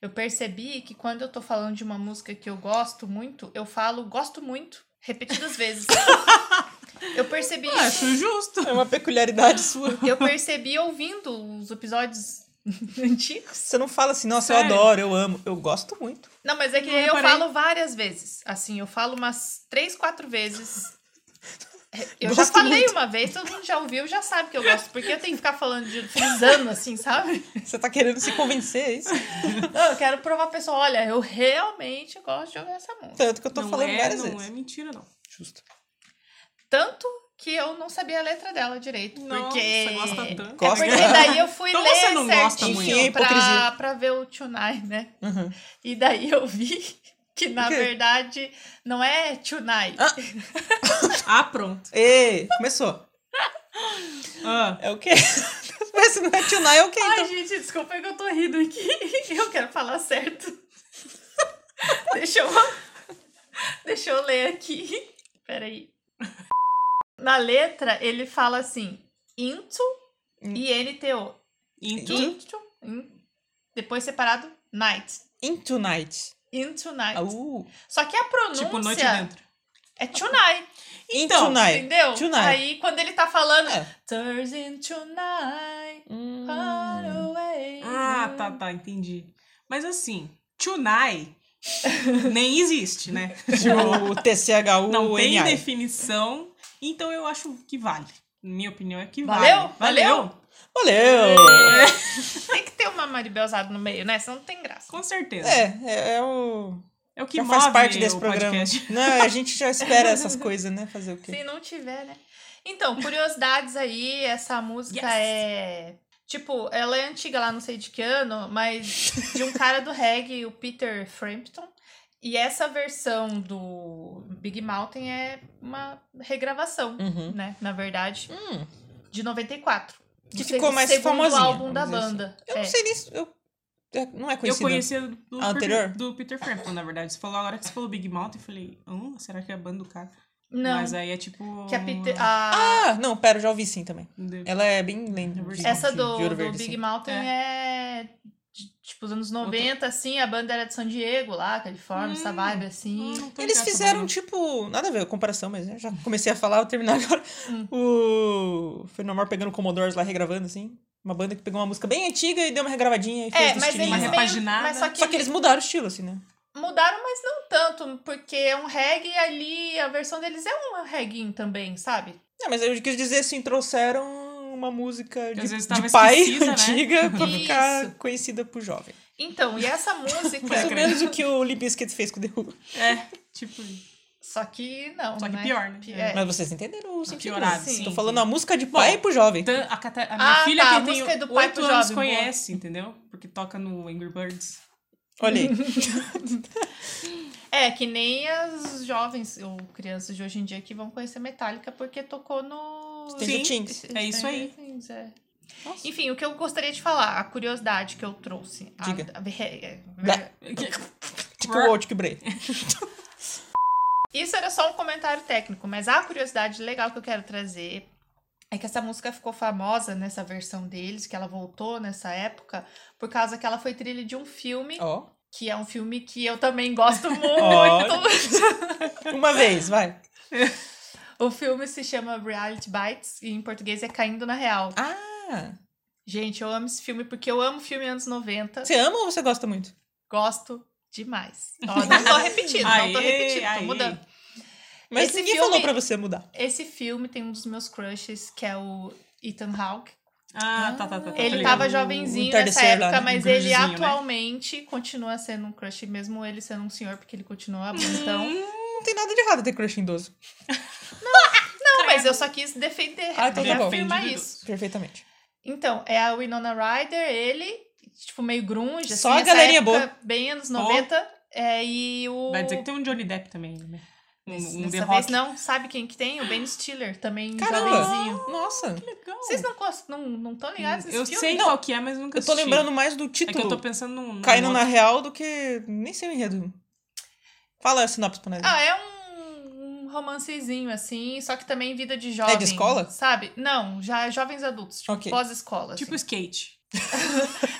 D: Eu percebi que quando eu tô falando de uma música que eu gosto muito, eu falo gosto muito, repetidas vezes. eu percebi isso.
B: Acho justo.
C: É uma peculiaridade sua.
D: Eu percebi ouvindo os episódios antigos.
C: Você não fala assim, nossa,
B: Sério?
C: eu adoro, eu amo. Eu gosto muito.
D: Não, mas é que
B: Não
D: eu
B: reparei.
D: falo várias vezes. Assim, eu falo umas três, quatro vezes. Eu já
C: Gosto
D: falei
C: muito.
D: uma vez, todo mundo já ouviu, já sabe que eu gosto. Porque eu tenho que ficar falando de frisando, assim, sabe?
C: Você tá querendo se convencer, é isso?
D: Não, eu quero provar pra pessoa, olha, eu realmente gosto de ouvir essa música.
C: Tanto que eu tô
B: não
C: falando
B: é,
C: várias
B: não
C: vezes.
B: é mentira, não.
C: Justo.
D: Tanto que eu não sabia a letra dela direito.
B: Nossa,
D: porque...
B: gosta tanto.
D: É
C: Gosta.
D: porque daí eu fui
B: Então
D: ler
B: você não gosta
D: certinho
C: muito.
D: pra,
C: Hipocrisia.
D: pra ver o Tonight, né?
C: Uhum.
D: E daí eu vi que, na
C: O quê?
D: verdade, não é Tonight.
C: Ah.
B: Ah, pronto.
C: Ei, começou.
B: Ah,
C: É o quê? Mas se não é tunar, é o quê,
D: Ai,
C: então?
D: gente, desculpa é que eu tô rindo aqui. Eu quero falar certo. Deixa eu... Deixa eu ler aqui. Peraí. Na letra, ele fala assim... Into e N-T-O.
C: Então,
B: into.
D: Into. in- Depois separado, night.
C: Into night.
D: Into night.
C: Uh,
D: Só que a pronúncia
B: Tipo, noite dentro.
D: é tonight.
B: Então,
C: into night.
D: Entendeu?
C: Tonight.
D: Aí quando ele tá falando.
C: É.
D: Turns into night.
C: Hum.
D: far away.
B: Ah, tá, tá, entendi. Mas assim, Tunai nem existe, né?
C: O TCHU
B: Não tem
C: NI.
B: definição, então eu acho que vale. Minha opinião é que
D: Valeu?
B: vale. Valeu?
C: Valeu!
D: Tem que ter uma Maribelzada no meio, né? Senão não tem graça.
B: Com certeza. É,
C: É, é, é o.
B: o que
C: já
B: move
C: faz parte desse
B: o
C: programa.
B: podcast.
C: Não, a gente já espera essas coisas, né? Fazer o quê?
D: Se não tiver, né? Então, curiosidades aí, essa música
B: Yes.
D: é. Tipo, ela é antiga lá, não sei de que ano, mas de um cara do reggae, o Peter Frampton. E essa versão do Big Mountain é uma regravação,
C: Uhum.
D: né? Na verdade,
C: Hum.
D: de 94.
C: Que
D: Do
C: ficou mais
D: segundo
C: famosinha,
D: álbum da
C: vamos dizer assim.
D: banda.
C: Eu
D: É.
C: não sei nem se. Eu... é, Não é
B: Eu
C: conhecido.
B: conhecia do,
C: A anterior?
B: do Peter Frampton, na verdade. Você falou agora que você falou Big Mouth, eu falei, hum, será que é a banda do cara?
D: Não,
B: Mas aí é Ah. tipo. um-
D: que a Peter. a-
C: Ah, não, pera, eu já ouvi sim também.
B: de-
C: Ela é bem lenda. de-
D: Essa
C: de-
D: do,
C: de ouro
D: do
C: verde,
D: Big
C: assim.
D: Mountain é, de- tipo os anos 90, assim, a banda era de São Diego lá, Califórnia, essa vibe assim.
B: Hum, não tô
C: Eles
B: ligada
C: fizeram,
B: sobre
C: tipo, nada a ver, comparação, mas eu já comecei a falar, vou terminar agora.
D: Hum.
C: O Fenomar pegando Commodores lá, regravando, assim. Uma banda que pegou uma música bem antiga e deu uma regravadinha e
D: É,
C: fez o
D: mas eles
C: estilinho.
B: Uma
D: meio,
C: lá.
B: repaginada.
D: mas só que,
C: Só que eles mudaram o estilo, assim, né?
D: mudaram, mas não tanto, porque é um reggae ali, a versão deles é um reggae também, sabe?
C: É, mas eu quis dizer, assim, trouxeram uma música de,
B: às vezes tava
C: de pai
B: esquecida, né?
C: antiga pra
D: Isso.
C: ficar conhecida pro jovem.
D: Então, e essa
C: Mais ou
D: música,
C: menos o que o Limp Bizkit fez com o The Who.
B: Tipo,
D: só que não,
B: Só que
D: né?
B: pior, né?
D: Pi-
B: É.
D: é.
C: Mas vocês entenderam o sentido.
B: piorado,
C: Sim,
D: sim,
C: Tô
B: sim.
C: falando a música de pai pro jovem.
B: tan- Então, a, Cata- a minha
D: Ah,
B: filha
D: tá, a
B: que tem
D: música é do pai
B: 8
D: pro
B: anos
D: jovem, boa.
B: conhece, entendeu? Porque toca no Angry Birds.
C: Olha aí.
D: É, que nem as jovens ou crianças de hoje em dia que vão conhecer Metallica porque tocou no.
C: Stranger
B: Sim.
C: Things.
B: É isso aí.
D: Things, é. Enfim, o que eu gostaria de falar, a curiosidade que eu trouxe. a-
C: Diga.
D: a- é-
C: Dá. Tipo o Outkick Break.
D: Isso era só um comentário técnico, mas a curiosidade legal que eu quero trazer é que essa música ficou famosa nessa versão deles, que ela voltou nessa época, por causa que ela foi trilha de um filme,
C: Ó.
D: que é um filme que eu também gosto muito.
C: Uma vez, vai.
D: o filme se chama Reality Bites e em português é Caindo na Real.
C: Ah.
D: Gente, eu amo esse filme porque eu amo filme anos 90.
C: Você ama ou você gosta muito?
D: Gosto demais. Ó, não tô repetindo, não tô
B: Aê,
D: repetindo, tô
B: aê.
D: mudando.
C: Mas
D: Esse
C: ninguém
D: filme-
C: falou pra você mudar.
D: Esse filme tem um dos meus crushes, que é o Ethan Hawke.
B: Ah, tá, tá, tá. tá,
D: Ele
B: tá
D: tava
B: ligado.
D: jovenzinho nessa
C: entardecer lá,
D: época,
C: né?
D: mas
B: Um
D: ele
B: gurizinho, né?
D: atualmente continua sendo um crush, mesmo ele sendo um senhor, porque ele
B: Hum,
D: continua bonitão.
C: Não tem nada de errado ter crush em idoso.
D: Não, mas eu só quis defender,
C: Ah, então tá bom.
D: reafirmar
B: Defende
D: isso.
C: Perfeitamente.
D: Então, é a Winona Ryder, ele, tipo, meio grunge,
C: Só
D: assim,
C: a
D: essa
C: galerinha
D: época,
C: boa.
D: Bem anos 90. É, e o...
B: Vai dizer que tem um Johnny Depp também, né? Um, um The
D: Dessa vez
B: Rock.
D: não, sabe quem que tem? O Ben Stiller, também
C: Caramba.
D: jovenzinho.
C: Nossa.
B: Um Legal.
D: Vocês não estão não, não tão ligados nesse
B: Eu
D: filme?
B: sei qual que é, mas nunca
C: Eu tô
B: assisti.
C: lembrando mais do
B: É que eu
C: título
B: tô pensando num... num
C: caindo na
B: outro.
C: real do que. Nem sei o enredo. Fala a sinopse pra nós.
D: Ah, é um, um romancezinho, assim, só que também vida
B: É
D: de jovem.
C: escola?
D: Sabe? Não, já jovens adultos, tipo,
C: Ok.
D: pós-escola.
B: Tipo
D: assim.
B: skate.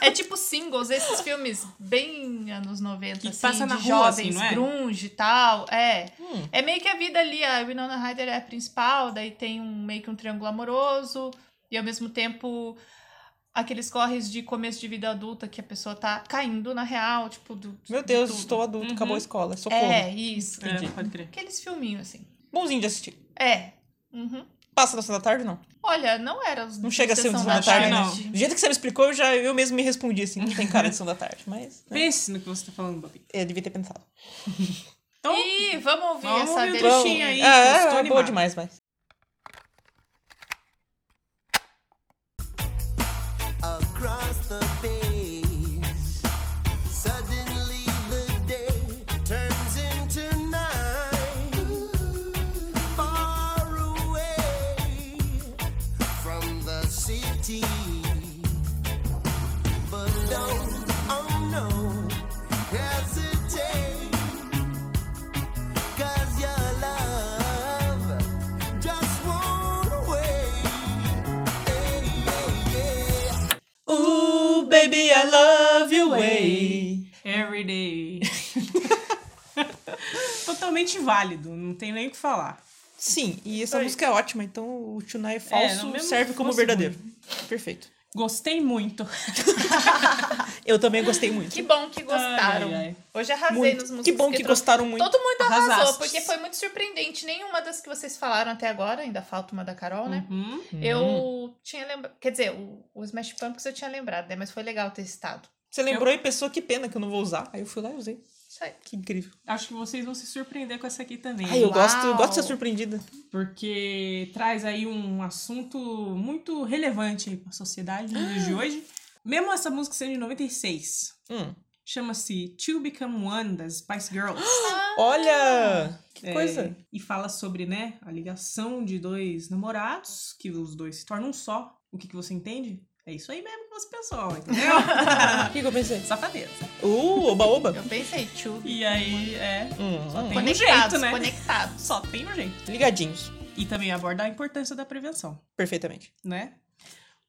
D: É tipo singles, esses filmes bem anos 90,
B: Que
D: assim,
B: passa na
D: de
B: rua,
D: jovens,
B: assim, não é?
D: grunge e tal. É.
C: Hum.
D: É meio que a vida ali, a Winona Ryder é a principal, daí tem um meio que um triângulo amoroso, e ao mesmo tempo aqueles corres de começo de vida adulta que a pessoa tá caindo na real, tipo, do.
C: Meu Deus,
D: do-
C: estou adulto,
B: Uhum.
C: acabou a escola. Socorro.
D: É, isso.
B: É,
C: Entendi.
B: pode crer.
D: Aqueles filminhos, assim.
C: Bonzinho de assistir.
D: É. Uhum.
C: Passa na sessão da tarde, não.
D: Olha, não era os
C: Não chega a ser um
D: Sessão
C: sessão da
B: tarde,
C: Do jeito que você me explicou, eu já eu mesmo me respondi assim, não tem cara de sessão da tarde. Mas né,
B: Pense no que você tá falando, Babi.
C: eu devia ter pensado.
B: Então,
D: Ih, vamos ouvir
B: Vamos
D: essa
B: ouvir o
D: dele.
B: trechinho aí. que eu estou
C: Ah, é, é boa
B: animada.
C: demais, mas.
F: across the bay. Suddenly the day turns into night. Far away from the city. But don't, oh no, hesitate. Cause your love just won't wait. Hey, hey, yeah.
C: Ooh, baby, I love you way.
B: Every day. Totalmente válido, não tem nem o que falar.
C: Sim, e essa
B: Oi.
C: música é ótima, então o Tunai é falso
B: não, mesmo
C: serve
B: se
C: como
B: fosse
C: verdadeiro. Perfeito.
B: Gostei muito.
C: Eu também gostei muito.
D: Que bom que gostaram.
B: Ai, ai.
D: Hoje arrasei
C: Muito.
D: nos músicos
C: Que bom que,
D: trouxe.
C: gostaram muito.
D: Todo mundo arrasou,
B: Arrasastes.
D: porque foi muito surpreendente. Nenhuma das que vocês falaram até agora, ainda falta uma da Carol, né?
B: Uhum.
D: Eu tinha lembrado. Quer dizer, o, o Smash Pumpkins eu tinha lembrado, né? Mas foi legal ter citado.
C: Você lembrou em pessoa, que pena que eu não vou usar. Aí eu fui lá e usei.
D: Isso aí.
C: Que incrível.
B: Acho que vocês vão se surpreender com essa aqui também.
C: Ai, eu
D: Uau.
C: gosto, eu gosto de ser surpreendida.
B: Porque traz aí um assunto muito relevante aí pra sociedade nos dias de hoje. Mesmo essa música sendo de 96.
C: Hum.
B: Chama-se To Become One das Spice Girls.
C: Olha! Que
B: É,
C: Ah, coisa.
B: E fala sobre, né, a ligação de dois namorados, que os dois se tornam um só. O que, que você entende? É isso aí mesmo que você pensou, entendeu?
C: O que, que eu pensei?
B: Safadeza.
C: Uh, oba-oba.
D: Eu pensei, tio.
B: E aí, é. Só
C: Hum, hum.
B: tem um
D: Conectados,
B: jeito, né?
D: conectados.
B: Só tem um jeito.
C: Ligadinhos.
B: E também aborda a importância da prevenção,
C: Perfeitamente.
B: né?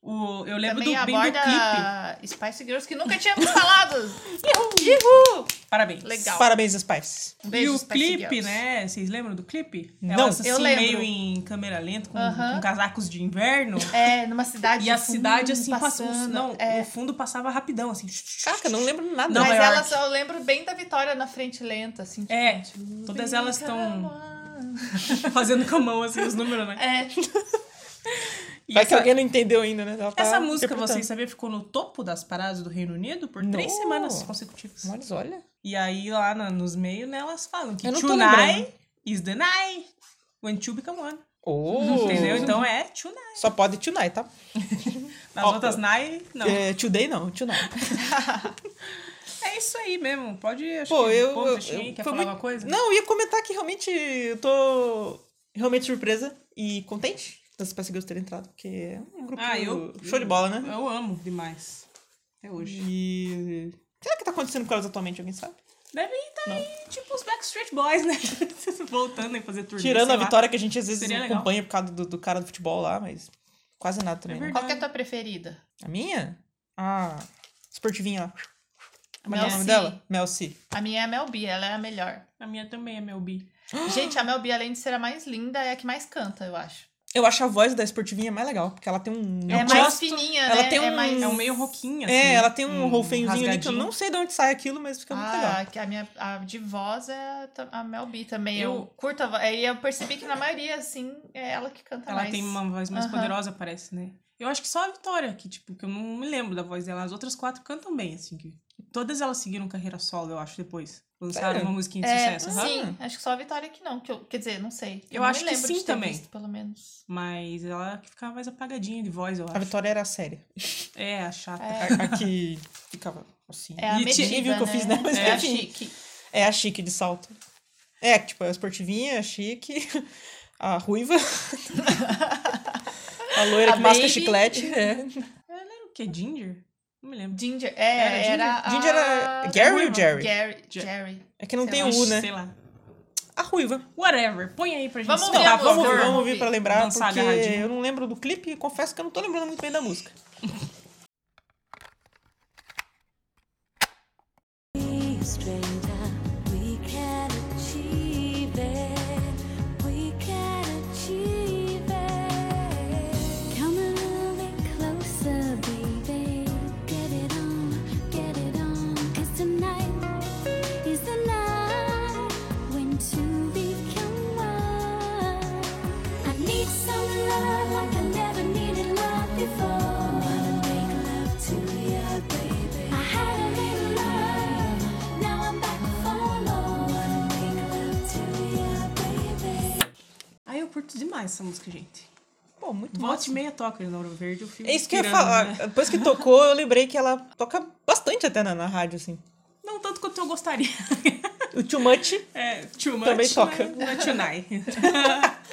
B: O, eu lembro
D: Também
B: do, bem do clipe.
D: aborda Spice Girls, que nunca tínhamos falado.
B: Parabéns.
D: Legal.
C: Parabéns, Spice.
D: Um
B: E
D: beijo,
B: o
D: Spice
B: clipe,
D: Girls.
B: né? Vocês lembram do clipe?
C: Não.
B: Elas, assim,
D: Eu lembro.
B: meio em câmera lenta, com,
D: Aham.
B: com casacos de inverno.
D: É, numa cidade.
B: E a
D: de fundo,
B: cidade, assim,
D: passando.
B: passou. Não,
D: é.
B: o fundo passava rapidão, assim.
C: Caraca, eu não lembro nada. é
B: Não,
D: Mas
B: Nova
D: elas, eu lembro bem da Vitória na frente lenta, assim. tipo,
B: É,
D: "To
B: todas elas
D: become
B: tão-
D: one".
B: fazendo com a mão, assim, os números, né?
D: É,
B: E
C: Vai que
B: essa,
C: alguém não entendeu ainda, né? Ela tá
B: essa música,
C: interpretando.
B: vocês sabiam, ficou no topo das paradas do Reino Unido por três
C: Não.
B: semanas consecutivas.
C: Mas olha.
B: E aí, lá na- nos meios, né, elas falam que
C: Eu não tô
B: tonight is the night when two become one.
C: Oh.
B: Entendeu? Então é tonight.
C: Só pode tonight, tá?
B: Nas
C: Ó,
B: outras night, não.
C: É, today não, tonight.
B: É isso aí mesmo. Pode. Acho
C: Pô,
B: que
C: eu.
B: ponto,
C: eu-
B: acho que
C: eu-
B: quer
C: foi
B: falar
C: muito-
B: alguma coisa?
C: Não, eu ia comentar que realmente eu tô realmente surpresa e contente das peças que eu ter entrado, porque é um grupo
B: Ah, eu-
C: show de bola, né?
B: Eu amo demais. Até hoje.
C: E. Será que tá acontecendo com elas atualmente, alguém sabe?
B: Deve estar aí, tipo, os Backstreet Boys, né? Voltando a fazer turnê.
C: Tirando
B: sei
C: a
B: lá.
C: vitória que a gente às vezes
B: Seria legal.
C: acompanha por causa do, do cara do futebol lá, mas quase nada também,
B: É
C: né?
B: verdade.
D: Qual que é a tua preferida?
C: A minha? Ah, esportivinha lá. Como é que é o
D: Mel
C: nome
D: C.
C: dela? Mel C.
D: A minha é a Mel B, ela é a melhor.
B: A minha também é Mel B.
D: Gente, a Mel B, além de ser a mais linda, é a que mais canta, eu acho.
C: Eu acho a voz da esportivinha mais legal, porque ela tem um.
D: é
C: um
D: mais
C: rosto-
D: fininha,
C: ela
D: né?
C: tem
D: É
C: um-
D: mais...
B: É um meio roquinha, assim.
C: É, ela tem um rolfenzinho ali que eu
B: rasgadinho.
C: não sei de onde sai aquilo, mas fica muito legal.
D: Ah, que a minha a de voz é a ta- a Mel B também. Eu,
B: Eu-
D: curto a voz. E eu percebi que na maioria, assim, é ela que canta
B: Ela
D: mais.
B: tem uma voz mais
D: Aham.
B: poderosa, parece, né? Eu acho que só a Vitória, que, tipo, que eu não me lembro da voz dela. As outras quatro cantam bem, assim. Que... Todas elas seguiram carreira solo, eu acho, depois. Lançaram
C: Sério?
B: uma musiquinha de
D: É,
B: sucesso, sabe?
D: sim, acho que só a Vitória que não. Que eu, quer dizer, não sei.
B: Eu
D: não
B: acho
D: me
B: que
D: lembro
B: sim
D: de ter
B: também.
D: Visto, pelo menos.
B: Mas ela que ficava mais apagadinha de voz, eu
C: A
B: acho.
C: Vitória era séria.
B: É, a chata.
D: É.
C: A, a que ficava assim.
D: É a
B: E
D: medida,
B: tinha-
C: viu o que eu
D: né?
C: fiz, né? Mas
D: é a
C: enfim.
D: chique.
C: É a chique de salto. É, tipo, a esportivinha, a chique, a ruiva. a loira
D: A
C: que masca
D: baby.
C: chiclete. É.
B: Eu lembro que é Ginger? Não me lembro.
D: Ginger,
B: Era
D: é,
B: Ginger?
D: era, a...
C: Ginger era Gary ou Jerry?
D: Gary,
B: Jer-
D: Jerry.
C: É que não
D: Sei
C: tem
D: lá.
C: o U, né?
B: Sei lá.
C: A ruiva.
B: Whatever. Põe aí pra gente
D: Vamos
B: escutar,
D: ouvir a
C: Tá,
B: por
C: vamos,
D: música,
B: favor.
C: vamos
D: ouvir.
C: ouvir pra lembrar,
B: Dançar
C: porque
B: agarradinho.
C: eu não lembro do clipe e confesso que eu não tô lembrando muito bem da música.
E: stranger, we can achieve it. We can achieve it. Come a little bit closer, baby. Get it on, get it on. 'Cause tonight is the night when two become one. I need some love like I never needed love before. Wanna make love to you, baby. I had a little love, now I'm back for more. Wanna make love to you, baby.
B: Ai, eu curto demais essa música, gente.
C: Pô, muito bom.
B: Volte meia toca de Ouro Verde, eu fico
C: É isso que eu ia
B: pirando,
C: falar.
B: né?
C: Depois que tocou, eu lembrei que ela toca bastante até na, na rádio, assim.
B: Não tanto quanto eu gostaria.
C: O Too Much
B: É, too much,
C: Também toca.
B: mas Não é too nice.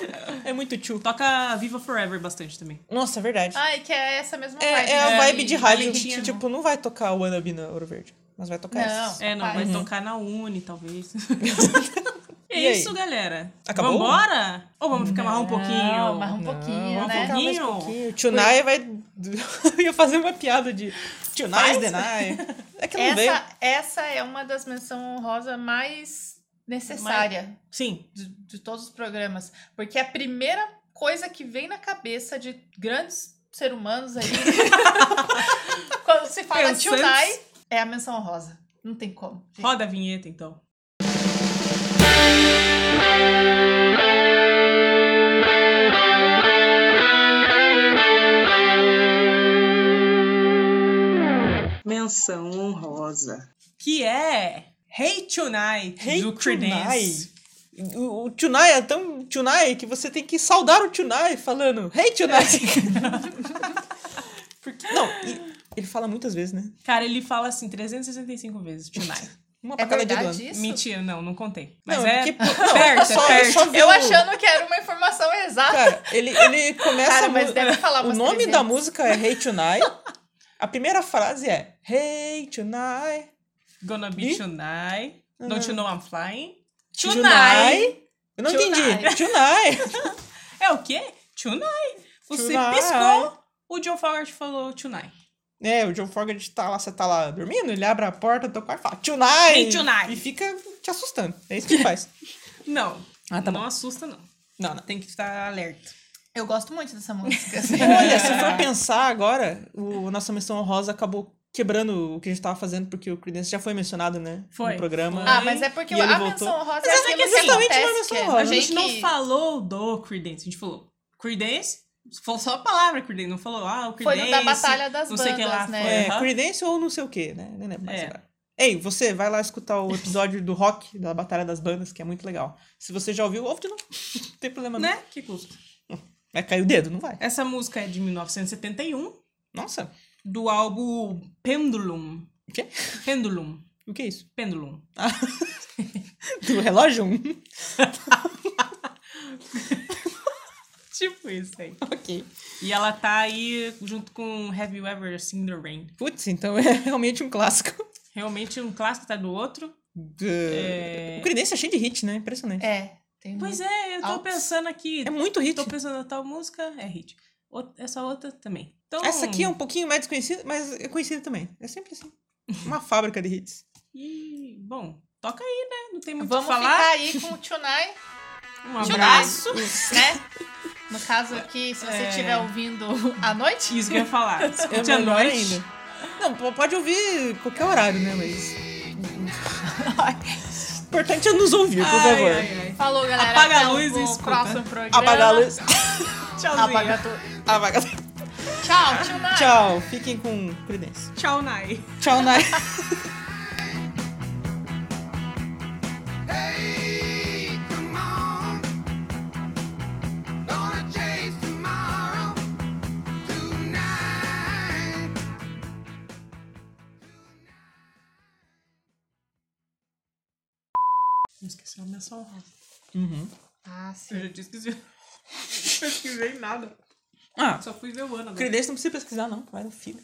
C: é muito too.
B: Toca Viva Forever bastante também.
C: Nossa, é verdade.
D: Ai, que é essa mesma
C: É,
D: vibe.
C: é a
D: né?
C: vibe de
D: E-
C: rádio
D: e-
C: que, tipo, não vai tocar o Wannabe na Ouro Verde. Mas vai tocar
D: Não.
C: essa.
B: É, não, vai
D: Uhum.
B: tocar na Uni, talvez. é
C: E aí?
B: isso, galera.
C: Acabou?
B: Vambora? Ou vamos ficar mais um
D: Não,
B: pouquinho?
D: mas um pouquinho,
C: vamos
D: né?
C: Tocar mais um
B: Pouquinho.
C: pouquinho. Tunai vai... Eu ia fazer uma piada de Tunai, Denai. É que não veio.
D: Essa, essa é uma das menções honrosas mais necessária
B: Sim.
D: de, de todos os programas. Porque é a primeira coisa que vem na cabeça de grandes seres humanos aí, quando se fala
B: Pensantes.
D: Tunai, é a menção honrosa. Não tem como. gente.
B: Roda a vinheta, então.
G: Menção honrosa.
B: Que é Hey Tonight,
C: Hey,
B: do
C: Tunai.
B: Creedence.
C: O o Tunai é tão Tunai que você tem que saudar o Tunai falando Hey, Tunai!
B: É.
C: Porque- Não, e- ele fala muitas vezes, né?
B: Cara, ele fala assim 365 vezes, Tonight.
C: Uma pra
D: É
C: cada dia do ano.
D: verdade isso?
B: Mentira, não, não contei. Mas
C: Não,
B: é
C: porque- não,
B: perto,
C: só-
B: é
C: eu
B: perto.
C: só vi
D: Eu
C: o-
D: achando que era uma informação exata.
C: Cara, ele, ele começa
D: Cara,
C: a
D: mas
C: mu-
D: deve falar
C: O
D: umas
C: nome da
D: 300.
C: música é Hey Tonight. A primeira frase é Hey Tonight.
B: Gonna be
C: Ih?
B: tonight. Don't you know I'm flying?
C: Eu não
D: Tonight.
C: entendi. Tonight.
B: É o quê? Tonight. Você
C: Tonight.
B: piscou, o John Fogart falou tonight.
C: É, o John Fogerty tá lá, você tá lá dormindo, ele abre a porta do teu quarto e fala Tonight.
B: Hey, tonight.
C: E fica te assustando. É isso que ele faz.
B: Não,
C: Ah, tá
B: não
C: bom.
B: assusta não.
C: Não, não.
B: Tem que estar alerta.
D: Eu gosto muito dessa música. assim.
C: Olha, se for pensar agora, o nossa menção honrosa acabou quebrando o que a gente tava fazendo, porque o Creedence já foi mencionado, né?
B: Foi.
C: No programa.
D: Ah, mas é porque
C: E ele
D: a
C: voltou.
D: menção honrosa é
C: Mas essa
D: aquilo
C: aqui
D: que
C: é justamente uma
D: acontece,
C: menção
D: que
C: honrosa.
B: A gente
D: que-
B: não falou do Creedence, a gente falou Creedence, falou só a palavra Creedence, não falou ah, o
D: Foi
B: Creedence.
D: no da Batalha das
B: não sei o que
D: Bandas,
B: lá,
D: né?
B: foi,
C: É,
B: aham.
C: Creedence ou não sei o que, né? Nem lembro mais
B: É.
C: agora. Ei, você vai lá escutar o episódio do rock, da Batalha das Bandas, que é muito legal. Se você já ouviu, ouve de novo. Não tem problema não.
B: Né? Que custa.
C: Vai cair o dedo, não vai.
B: Essa música é de 1971,
C: Nossa.
B: do um, álbum Pendulum.
C: O quê?
B: Pendulum.
C: O que é isso?
B: Pendulum.
C: Do relógio?
B: Tipo isso aí.
C: ok.
B: E ela tá aí junto com Have You Ever Seen the Rain.
C: Putz, então é realmente um clássico.
B: Realmente um clássico tá do outro.
C: Uh, O Creedence é cheio de hit, né? Impressionante.
D: É, tem
B: Pois é, eu tô
D: Altos.
B: pensando aqui.
C: É muito hit.
B: Tô pensando na tal música, é hit. Out- essa outra também. Então,
C: Essa aqui é um pouquinho mais desconhecida, mas é conhecida também. É sempre assim. Uma fábrica de hits.
B: E, bom, toca aí, né? Não tem muito o
D: Vamos
B: que falar.
D: ficar aí com o Tonight.
B: Um
D: Tchau.
B: abraço.
D: né? No caso aqui, se você
B: É.
D: estiver ouvindo à noite,
B: Isso que eu ia falar. Escute a
C: melhor
B: noite.
C: Não, po- pode ouvir qualquer horário, né? Mas. O importante é nos ouvir, por
B: Ai,
C: favor.
B: ai, ai.
D: falou galera.
B: Apaga
D: até
B: a luz
D: o
B: e escuta.
D: próximo programa.
C: Apagar a luz.
B: Tchauzinho.
D: Apaga tudo.
C: Apagar
D: Tchau, tchau, Nath.
C: Tchau. Fiquem com Creedence.
B: Tchau, Nai.
C: Tchau, Nai.
F: Hey, come on. Gonna chase tomorrow tonight.
B: Não esqueceu a menção rosa.
D: Ah,
B: Eu
D: sim.
B: já tinha esquecido. Não pesquisei nada.
C: Ah,
B: Só fui ver o ano agora.
C: Creedence não precisa pesquisar, não. Vai no filme.